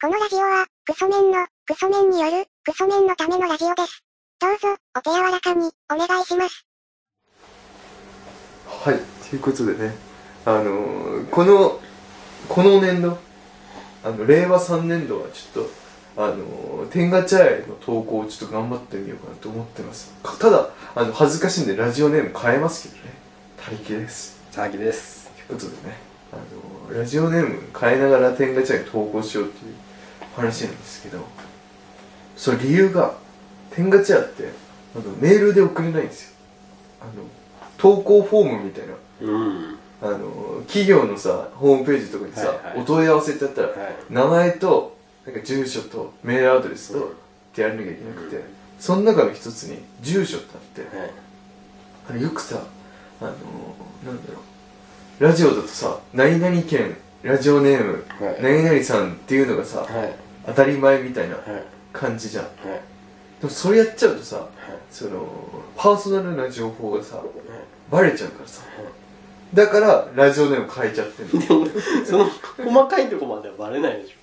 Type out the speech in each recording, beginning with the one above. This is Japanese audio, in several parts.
このラジオは、クソメンの、クソメンによる、クソメンのためのラジオです。どうぞ、お手柔らかに、お願いします。はい、ということでね、あのーこの、この年度、あの、令和3年度はちょっと、あのー、天下茶屋への投稿をちょっと頑張ってみようかなと思ってます。かただ、あの、恥ずかしいんでラジオネーム変えますけどね。大気です。佐々木ですということでね、あのーラジオネーム変えながら天下茶屋に投稿しようっていう話なんですけど、その理由が、天下茶屋って、あの、メールで送れないんですよ。あの、投稿フォームみたいな。うんあの企業のさホームページとかにさ、はいはいお問い合わせってやったら、はい名前となんか住所とメールアドレスと、うんってやらなきゃいけなくて、うんその中の一つに住所ってあって、はいあのよくさあのなんだろうラジオだとさ「何々県ラジオネーム、はい何々さん」っていうのがさ、はい当たり前みたいなはい感じじゃんではいもそれやっちゃうとさそのパーソナルな情報がさバレちゃうからさだからラジオネーム変えちゃってんの でもその細かいとこまではバレないでし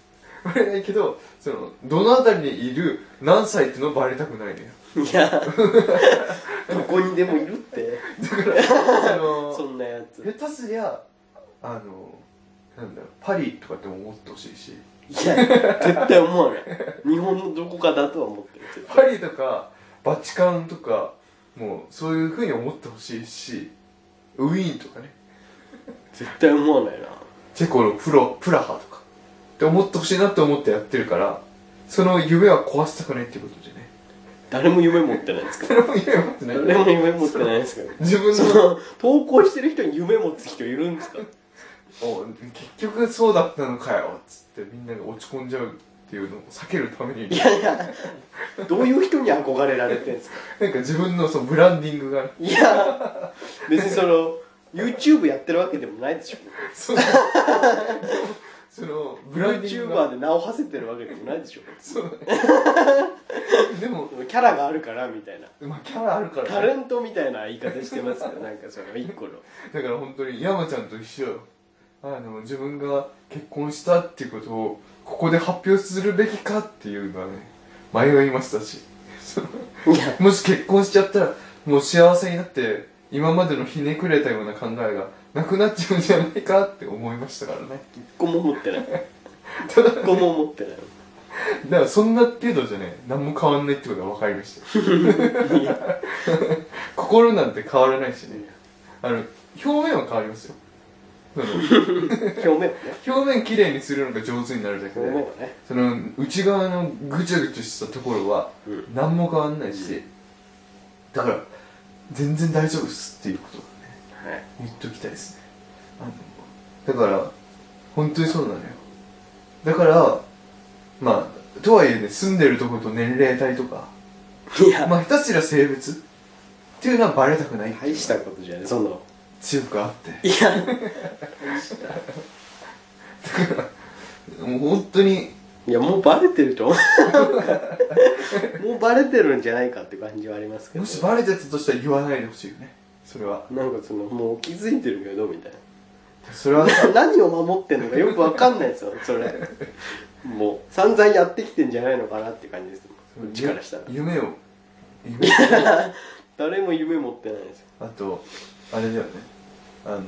バレないけどそのどの辺りにいる何歳ってのバレたくないのよょいやどこにでもいるってだからその そんなやつ下手すりゃあのなんだろうパリとかでも思ってほしいしいや絶対思わない日本のどこかだとは思ってる絶パ対リとかバチカンとかもうそういうふうに思ってほしいしウィーンとかね絶対思わないなチェコのプロプラハとかって思ってほしいなって思ってやってるからその夢は壊したくないっていう ことでね誰も夢持ってないですから誰も夢持ってない誰も夢持ってないですから自分 そのの投稿してる人に夢持つ人いるんですかお結局そうだったのかよっつってみんなが落ち込んじゃうっていうのを避けるためにいやいやどういう人に憧れられてんですかなんか自分のそのブランディングがいや別にその YouTube やってるわけでもないでしょ そのそのブランディングが YouTuber で名を馳せてるわけでもないでしょそうでも、キャラがあるからみたいなまあ、キャラあるかタら、レね、ントみたいな言い方してますよなんかその一個のだから本当に山ちゃんと一緒よあの自分が結婚したっていうことをここで発表するべきかっていうのはね迷いましたしそのいやもし結婚しちゃったらもう幸せになって今までのひねくれたような考えがなくなっちゃうんじゃないかって思いましたからね一個も持ってないただ一個も持ってないだからそんな程度じゃね何も変わんないってことが分かりましたよ 心なんて変わらないしねあの表面は変わりますよその表面はね表面きれいにするのが上手になるだけで表面はねその内側のぐちゃぐちゃしたところはうん何も変わんないし、だから全然大丈夫っすっていうことだねはい言っときたいですねあのだから本当にそうなのよだからまあとはいえね住んでるところと年齢帯とかいやまあ下手すりゃ性別っていうのはバレたくないっていう大したことじゃないその強くあっていやもう本当にいやもうバレてると思うもうバレてるんじゃないかって感じはありますけどもしバレてたとしたら言わないでほしいよねそれはなんかそのもう気づいてるけどみたいなそれは さ 何を守ってんのかよくわかんないですよそれもう散々やってきてんじゃないのかなって感じですこっちからしたら夢を夢を誰も夢持ってないですよあとあれだよねあの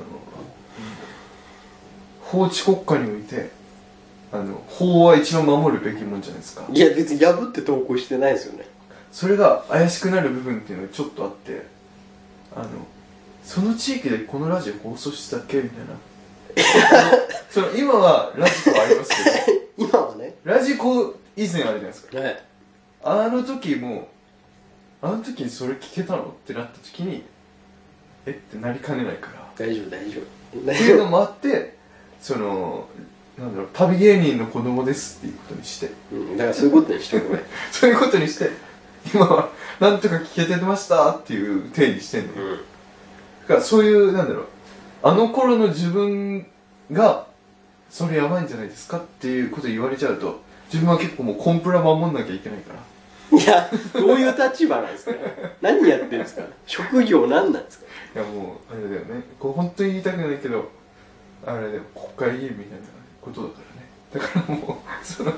法治国家においてあの法は一番守るべきもんじゃないですかいや別に破って投稿してないですよねそれが怪しくなる部分っていうのがちょっとあってあのその地域でこのラジオ放送してたっけみたいな そのその今はラジコありますけど今はねラジコ以前あるじゃないですかはいあの時もあの時にそれ聞けたのってなった時にえってなりかねないから大丈夫大丈夫っ大ていう丈のもあってそのなんだろう旅芸人の子供ですっていうことにして夫、うん、だからそういうことにしとくねそういうことにして今はなんとか聞けてましたっていう体にしてんの、だんからそういうなんだろうあの頃の自分がそれやばいんじゃないですかっていうこと言われちゃうと自分は結構もうコンプラ守んなきゃいけないからいやどういう立場なんですか何やってるんですか職業何なんですかいやもうあれだよねこれ本当に言いたくないけどあれだよ国会議員みたいなことだからねだからもう、その、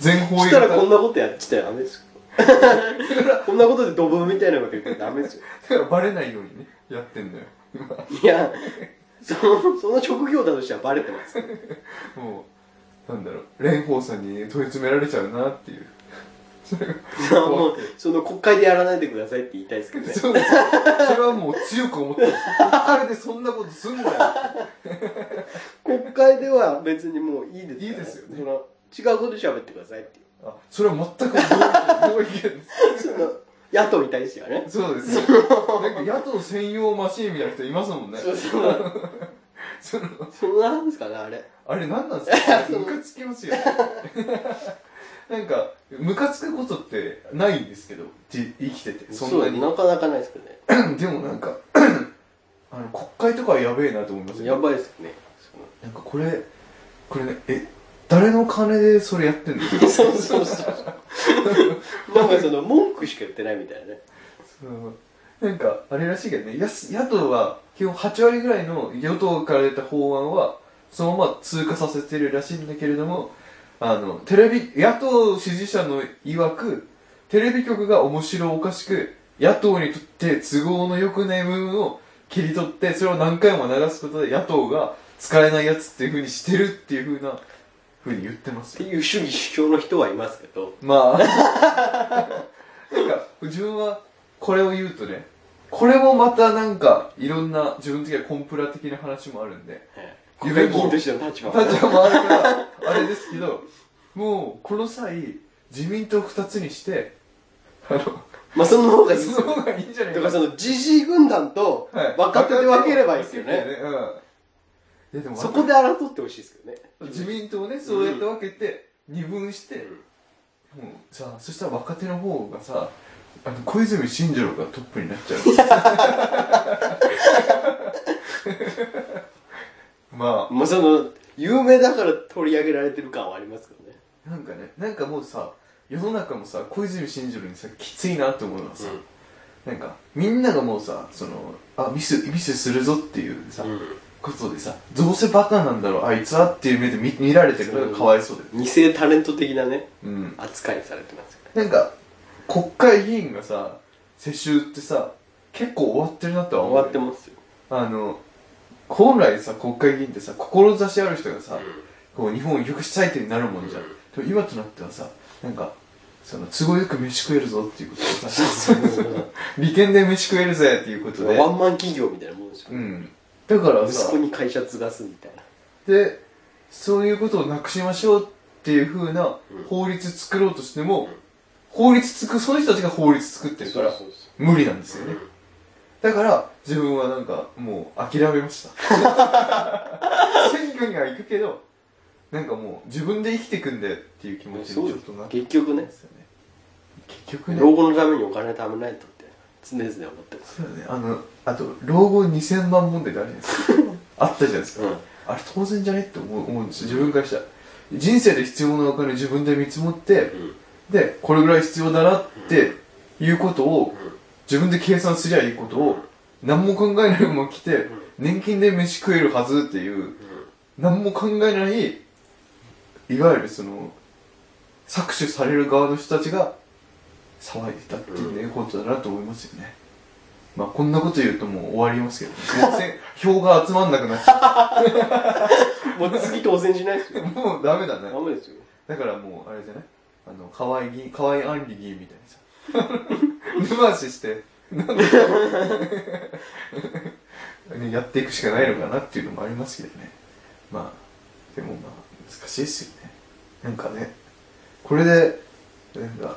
全方位したらこんなことやっちゃダメですよ こんなことでドブみたいなこと言ったらダメですよだから バレないようにね、やってんだよ。今、いやそのその職業だとしてはバレてますもう、なんだろう、蓮舫さんに問い詰められちゃうなっていう。それがそれは もうその国会でやらないでくださいって言いたいで すけどねそうです。それはもう強く思ってる。あれでそんなことすんなよ。国会では別にもういいですからいいですよねその違うこと喋ってくださいっていうあ、それは全く同意見同意見です。その野党に対してはねそうです。なんか野党専用マシーンみたいな人いますもんね。そうそうそのそのなんですかねあれあれ何なんですかムカつきますよね。なんか、ムカつくことってないんですけど、じ生きてて、そんなに。うなかなかないですけどねでもなんか、 あの、国会とかはやべえなと思いますやよ、ね。ばいですよねなんかこれ、これね、え、誰の金でそれやってんのそうそうそうなんかその文句しか言ってないみたいなねそうなんか、あれらしいけどね、やす野党は、基本8割ぐらいの与党から出た法案は、そのまま通過させてるらしいんだけれども、あの、テレビ、野党支持者の曰く、テレビ局が面白おかしく、野党にとって都合の良くない部分を切り取って、それを何回も流すことで野党が使えないやつっていう風にしてるっていう風な、風に言ってますっていう主義主張の人はいますけどまあ、なんか、自分はこれを言うとね、これもまたなんか、いろんな、自分的にはコンプラ的な話もあるんで、夢夢も議員としての立場立場もあるから、あれですけど、もう、この際、自民党二つにして、あの、まあその方がいいですそのよ方がいいんじゃないだからそのジジイ軍団とはい若手で分ければいいですよ分けねてうん。いやでも、そこで争ってほしいですけどね自民党をね、そうやって分けて、二分して、もうさそしたら若手の方がさあの小泉進次郎がトップになっちゃう ままあその有名だから取り上げられてる感はありますけどねあなんかねなんかもうさ世の中もさ小泉進次郎にさきついなって思うのはさ、なんかみんながもうさそのあミスミスするぞっていうさ、ことでさどうせバカなんだろうあいつはっていう目で見見られてるのがかわいそうだよ、偽タレント的なねうん、扱いされてますよねなんか、国会議員がさ、世襲ってさ、結構終わってるなとは思う終よ。わってますよあの、本来さ、国会議員ってさ、志ある人がさ、こう、日本を良くしたいってなるもんじゃん。でも今となってはさ、なんか、その、都合よく飯食えるぞっていうことでさ、利権で飯食えるぜっていうことで。ワンマン企業みたいなもんですようん。だからさ息、子に会社継がすみたいなで、そういうことをなくしましょうっていう風な法律作ろうとしても、法律作る、その人たちが法律作ってるから、そうそうそ無理なんですよね、だから自分はなんかもう諦めま した選挙には行くけどなんかもう自分で生きてくんだよっていう気持ちにちょっとなって結局ねですよね結局ね老後のためにお金貯めないとって常々思ってますそうだねあのあと老後2000万問題ってあるじゃないです かあったじゃないですか、うんあれ当然じゃねって思う思うんですよ自分からしたら人生で必要なお金自分で見積もって、んでこれぐらい必要だなっていうことを、自分で計算すりゃいいことを、何も考えないまま来て、年金で飯食えるはずっていう、何も考えないいわゆるその搾取される側の人たちが騒いでたっていうね、ことだなと思いますよねまあこんなこと言うともう終わりますけど、もうせ票が集まんなくなっちゃもう次当選しないですようもうダメだねダメですよだからもうあれじゃないあの河合議員河合安里議員みたいなさ 沼足してなんだろう ねやっていくしかないのかなっていうのもありますけどねまあでもまあ難しいっすよねなんかねこれでなんか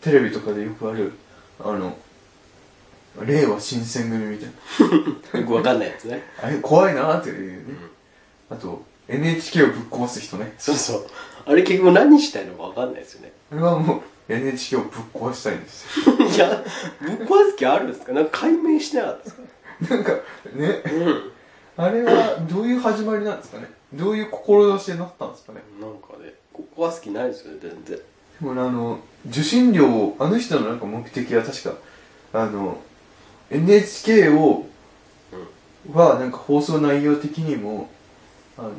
テレビとかでよくあるあの令和新選組みたいなよくわかんないやつねあれ怖いなーっていうね、あと NHK をぶっ壊す人ねそうそうあれ結局何したいのかわかんないですよねこれはもう NHK をぶっ壊したいんですよいやぶっ壊す気あるんですかなんか解明してなかったですかなんかね、うんあれはどういう始まりなんですかねどういう志になったんですかねなんかね、ここは好きないですよね、全然。でもねあの、受信料を、あの人のなんか目的は確か、あの、NHK を、はなんか放送内容的にも、あの、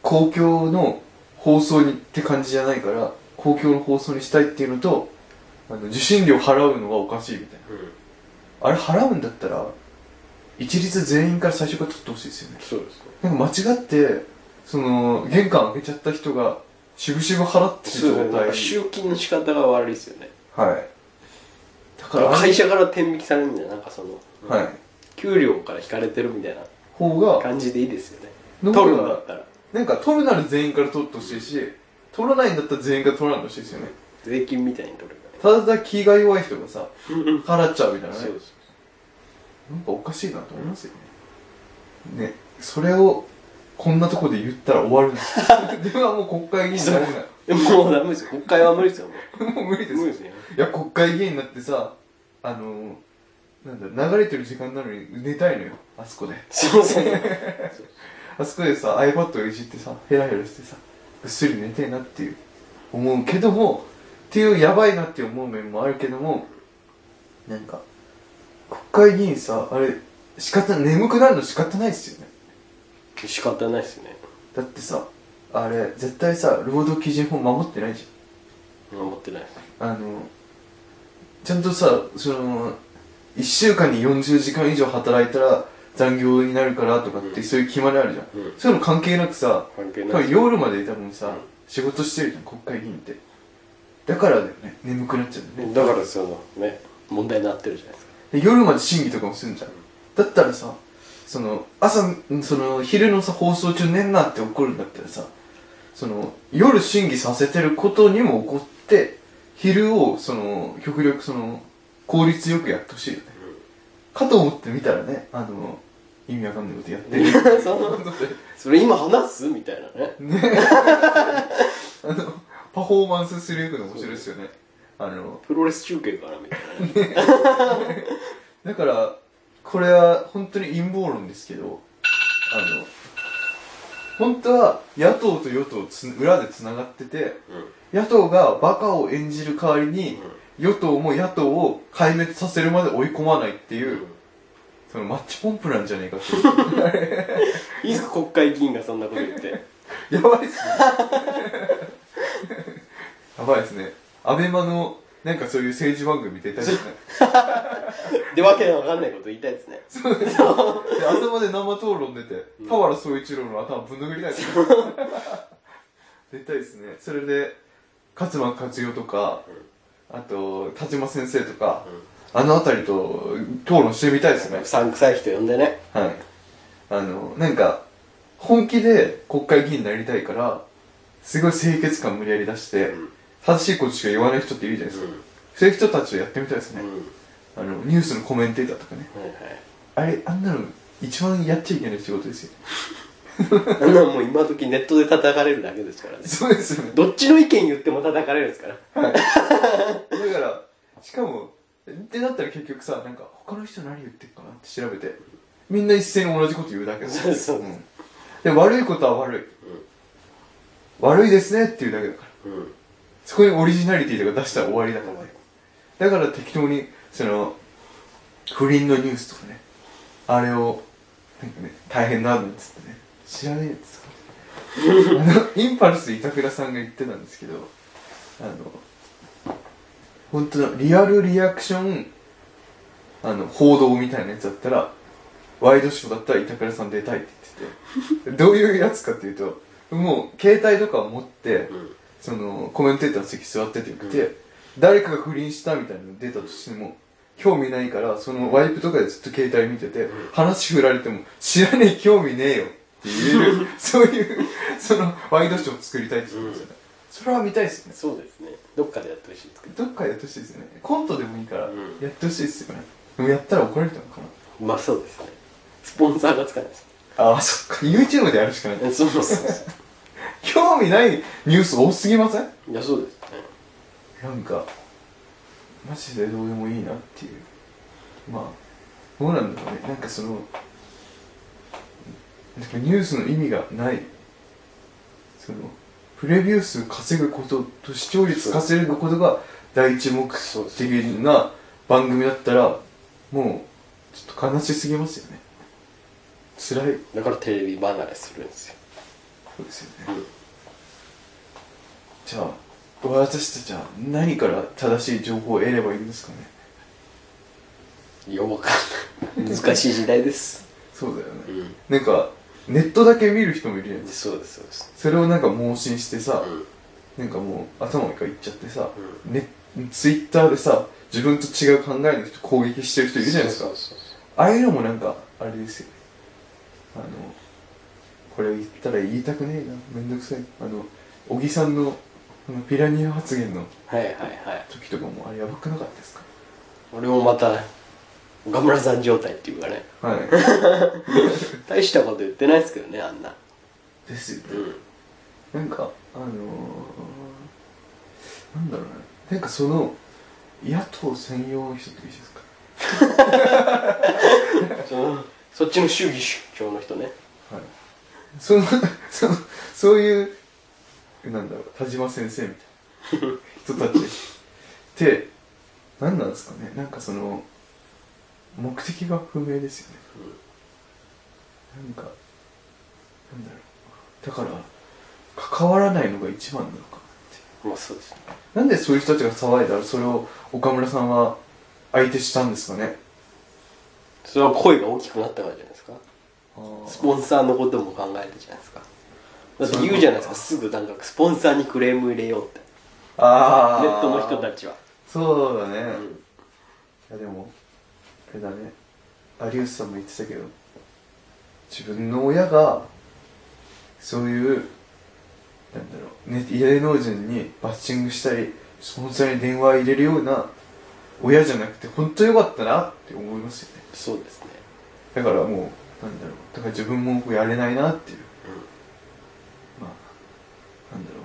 公共の放送にって感じじゃないから公共の放送にしたいっていうのとあの受信料払うのはおかしいみたいなうあん、れ払うんだったら一律全員から最初から取ってほしいですよねそうですねなんか間違ってその玄関開けちゃった人が渋々払ってそうでする状ねなん態か集金の仕方が悪いですよねはいだからあれ会社から転引きされるんじゃなんかその、はい給料から引かれてるみたいな方が感じでいいですよねの取るんだったらなんか取るなら全員から取ってほしいし取らないんだったら全員から取らないでほしいですよね税金みたいに取るただただ気が弱い人がさ払っちゃうみたいなねそうですなんかおかしいなと思いますよね。ね、それをこんなとこで言ったら終わるんです よ。ではもう国会議員になれなもうダメですよ国会は無理ですよもうい。もう無理です無よ。理いですねや、国会議員になってさ、あのなんだ、流れてる時間なのに寝たいのよ。あそこで。そうそうそうあそこでさ、iPad をいじってさ、ヘラヘラしてさ、ぐっすり寝てえなっていう、思うけども、っていうやばいなって思う面もあるけども、なんか、国会議員さ、あれ、仕方、眠くなるの仕方ないっすよね。仕方ないですよねだってさあれ絶対さ労働基準法守ってないじ守ってないですゃんあのちゃんとさその1週間に40時間以上働いたら残業になるからとかって、うんそういう決まりあるじゃん、うんそういうの関係なくさ関係多ない分です夜まで多分さ、うん仕事してるじゃん国会議員ってだからだよね眠くなっちゃうんだよねだからそのね問題になってるじゃないですかで夜まで審議とかもするんじゃんだったらさその朝その昼のさ放送中寝んなって怒るんだったらさその夜審議させてることにも怒って昼をその極力その効率よくやってほしいよねかと思ってみたらねあの意味わかんないことやってるそのそれ今話すみたいなねあのパフォーマンスするよくの面白いですよねあのプロレス中継かなみたいなねだからこれは本当に陰謀論ですけどあの本当は野党と与党つ裏でつながっててう野党がバカを演じる代わりにん与党も野党を壊滅させるまで追い込まないっていううんそのマッチポンプなんじゃねえかっていいですか国会議員がそんなこと言っていう やばいっすねやばいですねアベマのなんかそういう政治番組出たりしないでわけのわかんないこと言いたいですねで頭で生討論出て田原総一郎の頭ぶん殴りたいです 出たいですねそれで勝間勝代とかあと田島先生とか、あの辺りと討論してみたいですねうさんくさい人呼んでねはいあのなんか本気で国会議員になりたいからすごい清潔感無理やり出して、ん正しいことしか言わない人っているじゃないですか、そういう人たちをやってみたいですうね、んあのニュースのコメンテーターとかねはいあれあんなの一番やっちゃいけない仕事ですよはいあんなもう今時ネットで叩かれるだけですからねそうですよね。どっちの意見言っても叩かれるんですからだから、しかも、ってなったら結局さ、なんか、他の人何言ってるかなって調べて、みんな一斉に同じこと言うだけだそうそううんで、悪いことは悪い。悪いですねっていうだけだから。うんそこにオリジナリティとか出したら終わりだからね。だから適当に、その、不倫のニュースとかね、あれを、なんかね、大変なんつってね、知らねえっつって。あの、インパルス板倉さんが言ってたんですけど、あの、本当のリアルリアクション、あの、報道みたいなやつだったら、ワイドショーだったら板倉さん出たいって言ってて、どういうやつかっていうと、もう、携帯とかを持って、んその、コメンテーターの席座っててよくて、誰かが不倫したみたいなの出たとしても、興味ないから、そのワイプとかでずっと携帯見てて、話振られても、知らねえ、興味ねえよって言える、そういう、その、ワイドショーを作りたいって言うんですよね。それは見たいですね。そうですねどっかでやってほしいですけどっかやってほしいですねコントでもいいからうんやってほしいですよね、でもやったら怒られたのかなどまあそうですねスポンサーがつかないですああそっか YouTube でやるしかないえそうそうそ興味ないニュース多すぎませんういやそうですねなんかマジでどうでもいいなっていうまあどうなんだろうねなんかそのなんかニュースの意味がないそのプレビュー数稼ぐことと視聴率稼ぐことが第一目的な番組だったらもうちょっと悲しすぎますよね辛いだからテレビ離れするんですよそうですよね、じゃあ私たちは何から正しい情報を得ればいいんですかねいや、わかんない。難しい時代です。そうだよねうん。なんかネットだけ見る人もいるじゃないですかそうです、そうです。それをなんか盲信してうさ、ん。なんかもう頭がいっちゃってさ、ね、ツイッターでさ自分と違う考えの人攻撃してる人いるじゃないですかそうそうそうああいうのもなんかあれですよねあのこれ言ったら言いたくねえなめんどくさいあの小木さんのあのピラニア発言のそうはいはいはい。時とかもあれやばくなかったですか俺もまた、岡村さん状態っていうかね。はい大したこと言ってないですけどね、あんな。ですよねうん。なんかあのー、なんだろうねなんかその野党専用の人っていいですかそのそっちの主義主張の人ね。はいそのそのそういうなんだろう田島先生みたいな人たちって何なんですかねなんかその目的が不明ですよねなんかなんだろうだから関わらないのが一番なのかなってまあそうですね。なんでそういう人たちが騒いだらそれを岡村さんは相手したんですかねそれは声が大きくなったからじゃないですか。スあポンサーのことも考えてじゃないですか。だって言うじゃないですか、すぐなんかスポンサーにクレーム入れようって。ネあットの人たちは。そうだね、ういん。やでもあれだね有吉さんも言ってたけど自分の親がそういうなんだろう、ね、芸能人にバッチングしたりスポンサーに電話入れるような親じゃなくて本当良かったなって思いますよねそうですね。だからもうなんだろうだから自分もこうやれないなっていうまあなんだろう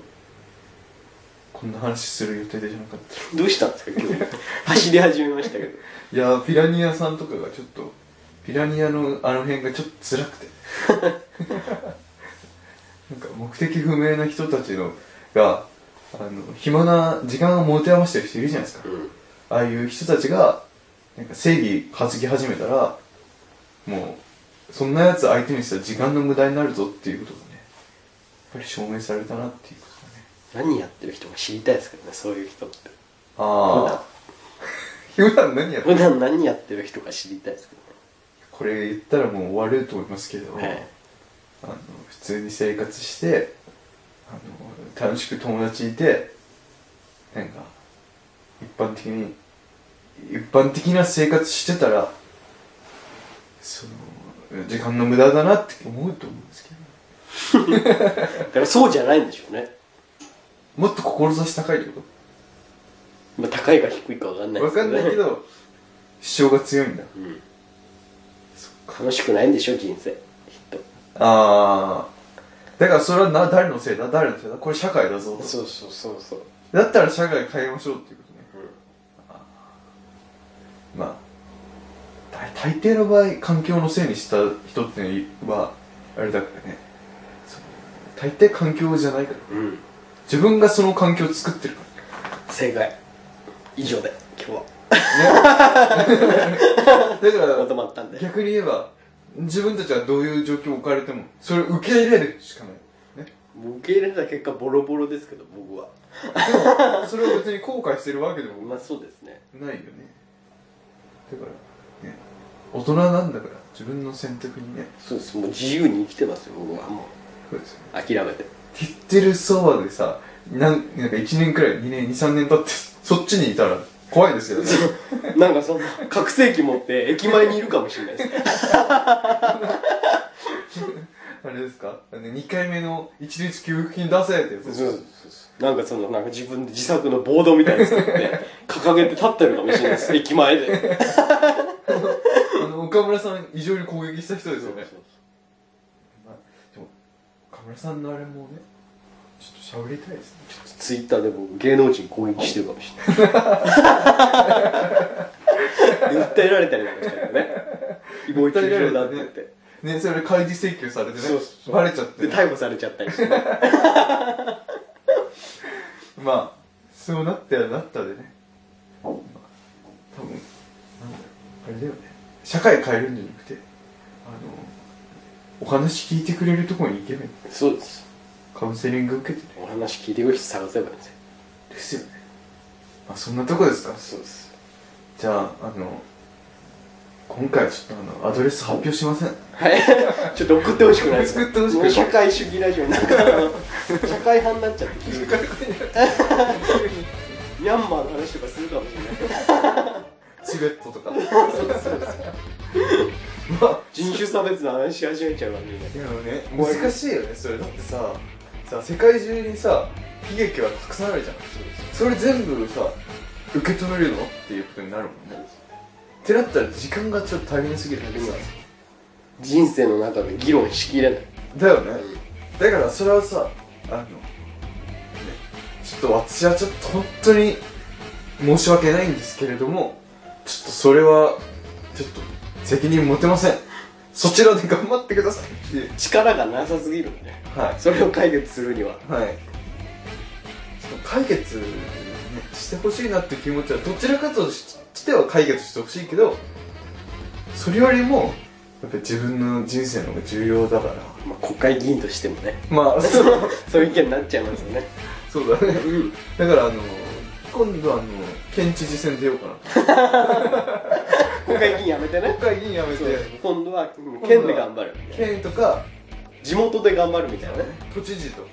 こんな話する予定じゃなかったどうしたんですか、今日。走り始めましたけど。いやーピラニアさんとかがちょっとピラニアのあの辺がちょっと辛くてなんか目的不明な人たちのがあの暇な時間を持て余してる人いるじゃないですかうん。ああいう人たちがなんか正義担ぎ始めたらもうそんなやつ相手にしたら時間の無駄になるぞっていうことがねやっぱり証明されたなっていうことがね何やってる人も知りたいですけどね、そういう人って。普あ段あ。普段何やって普段何やってる人か知りたいですけこれ言ったらもう終わると思いますけど、どね。はい。あの普通に生活してあの楽しく友達いてなんか一般的に一般的な生活してたらその時間の無駄だなって思うと思うんですけどだからそうじゃないんでしょうね。もっと志高いってこまあ、高いか低いかわかんなといわですけかどんね。ないけど主張が強いんだうん。そっか楽しくないんでしょ、人生。きっと。ああだからそれはな誰のせいだ誰のせいだこれ社会だぞそうそうそうそう。だったら社会変えましょうっていうことねまあ大大抵の場合環境のせいにした人っていうのはあれだからねそう大抵環境じゃないからうん。うん。自分がその環境を作ってるか正解。以上で、今日は。らだかまとらまったんで。逆に言えば自分たちはどういう状況を置かれてもそれを受け入れるしかないねもう受け入れた結果、ボロボロですけど、僕は。でもそれを別に後悔してるわけでもまあ、そうですね。ないよねだからね大人なんだから自分の選択にねそうです。もう自由に生きてますよ、僕は。もう。そうですよね諦めて。てってるそばでさなんなんか1年くらい2年23年経ってそっちにいたら怖いですよねなんかそんな、覚醒器持って駅前にいるかもしれないです。あれですかあの2回目の一律給付金出せってやつそうですそうそうなんかそのなんか自分で自作のボードみたいなの作って掲げて立ってるかもしれないです駅前であの岡村さん異常に攻撃した人ですよねまあでも岡村さんのあれもねちょっと喋りたいですねツイッターで僕芸能人攻撃してるかもしれないで訴えられたりなんかしたらね違法訴えられてね中傷だって言ってねそれ開示請求されてねそうそうそうバレちゃって、ね、で逮捕されちゃったりしてねまあそうなったらなったでね、まあ、多分なんだろうあれだよね社会変えるんじゃなくてあのお話聞いてくれるところに行けばいいそうですカウンセリング受けてねお話聞いてくる人探せばいいんですよですよねまあそんなとこですかそうですじゃああの今回はちょっとあのアドレス発表しませんはいちょっと送ってほしくないですか送ってほしくないもう社会主義ラジオなんか社会派になっちゃって急にミャンマーの話とかするかもしれないチベットとかまあ人種差別の話し始めちゃうわみんなでもね難しいよねそれだってささ世界中にさ悲劇はたくさんあるじゃんそれ全部さ受け止めるのっていうことになるもんねってなったら時間がちょっと足りなすぎる足りない人生の中で議論しきれないだよねだからそれはさあのねちょっと私はちょっと本当に申し訳ないんですけれどもちょっとそれはちょっと責任持てませんそちらで頑張ってくださいっていう力がなさすぎるんではいそれを解決するにははい。解決ねしてほしいなって気持ちはどちらかとしては解決してほしいけどそれよりもやっぱり自分の人生の方が重要だからまあ、国会議員としてもねま あそうそういう意見になっちゃいますよねそうだねうんだからあの今度あの県知事選出ようかな国会議員やめてね国会議員やめそうて今度は県で頑張る県とか地元で頑張るみたいなね都知事とか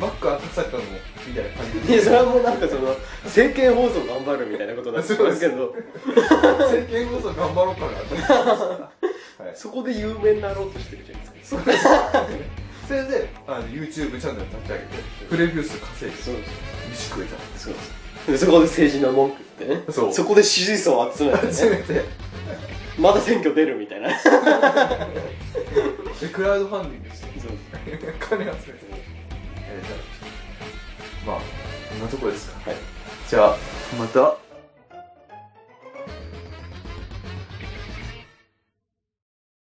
マック赤坂のみたいな感じいでやそれはもうなんかその政見放送頑張るみたいなことになってますけ政ど権こそ頑張ろうかなと思ってます、 はいそこで有名になろうとしてるじゃないですかそうですそれであの YouTube チャンネル立ち上げてプレビュー数稼いでそう飯食えたそうでそこで政治の文句言ってねそうこで支持層を集め て初めね てでまた選挙出るみたいなクラウドファンディングして そう金集めてやれたらまあこんなとこですかはいじゃあまた